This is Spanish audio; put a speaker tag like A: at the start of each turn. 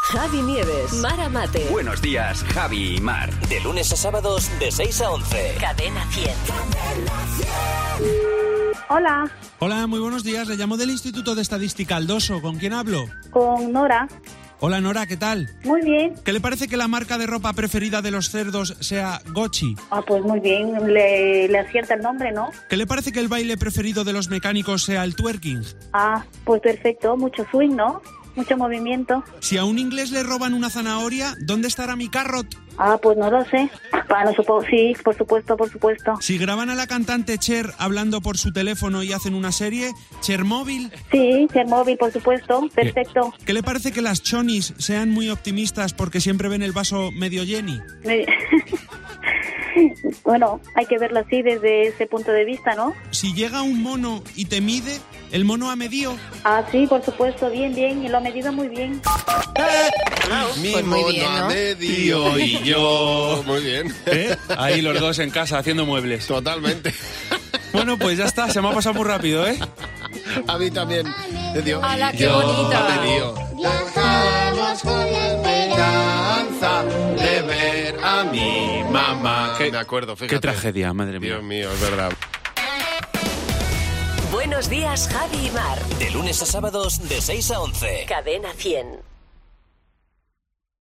A: Javi Nieves, Mara Mate,
B: Buenos días, Javi y Mar.
C: De lunes a sábados de 6 a 11.
A: Cadena 100.
D: Hola,
E: Hola, muy buenos días. Le llamo del Instituto de Estadística Aldoso. ¿Con quién hablo?
D: con Nora.
E: Hola, Nora, ¿qué tal?
D: Muy bien.
E: ¿Qué le parece que la marca de ropa preferida de los cerdos sea Gochi?
D: Ah, pues muy bien. Le, le acierta el nombre, ¿no?
E: ¿Qué le parece que el baile preferido de los mecánicos sea el twerking?
D: Ah, pues perfecto. Mucho swing, ¿no? Mucho movimiento.
E: Si a un inglés le roban una zanahoria, ¿dónde estará mi carrot?
D: Ah, pues no lo sé. Ah, no supo- sí, por supuesto, por supuesto.
E: Si graban a la cantante Cher hablando por su teléfono y hacen una serie, Chermóvil.
D: Sí, ser móvil, por supuesto. Perfecto.
E: ¿Qué le parece que las chonis sean muy optimistas porque siempre ven el vaso medio lleno?
D: Me- bueno, hay que verlo así desde ese punto de vista, ¿no?
E: Si llega un mono y te mide, el mono ha medido.
D: Ah, sí, por supuesto. Bien, bien. Y lo ha medido muy bien.
F: Mi
G: Pues muy bien,
F: mono
G: ¿no?
F: a medio
E: y yo.
F: Muy bien.
E: ¿Eh? Ahí los dos en casa haciendo muebles.
F: Totalmente.
E: Bueno, pues ya está, se me ha pasado muy rápido, ¿eh?
F: A mí también. Me dio
G: Ala,
F: y
G: qué
F: yo
G: bonito.
F: a medio.
H: Viajamos con la esperanza.
F: Danza de ver a mi mamá. me acuerdo, fíjate.
E: Qué tragedia, madre mía.
F: Dios mío, es verdad.
A: Buenos días, Javi y Mar.
C: De lunes a sábados de 6 a 11.
A: Cadena 100.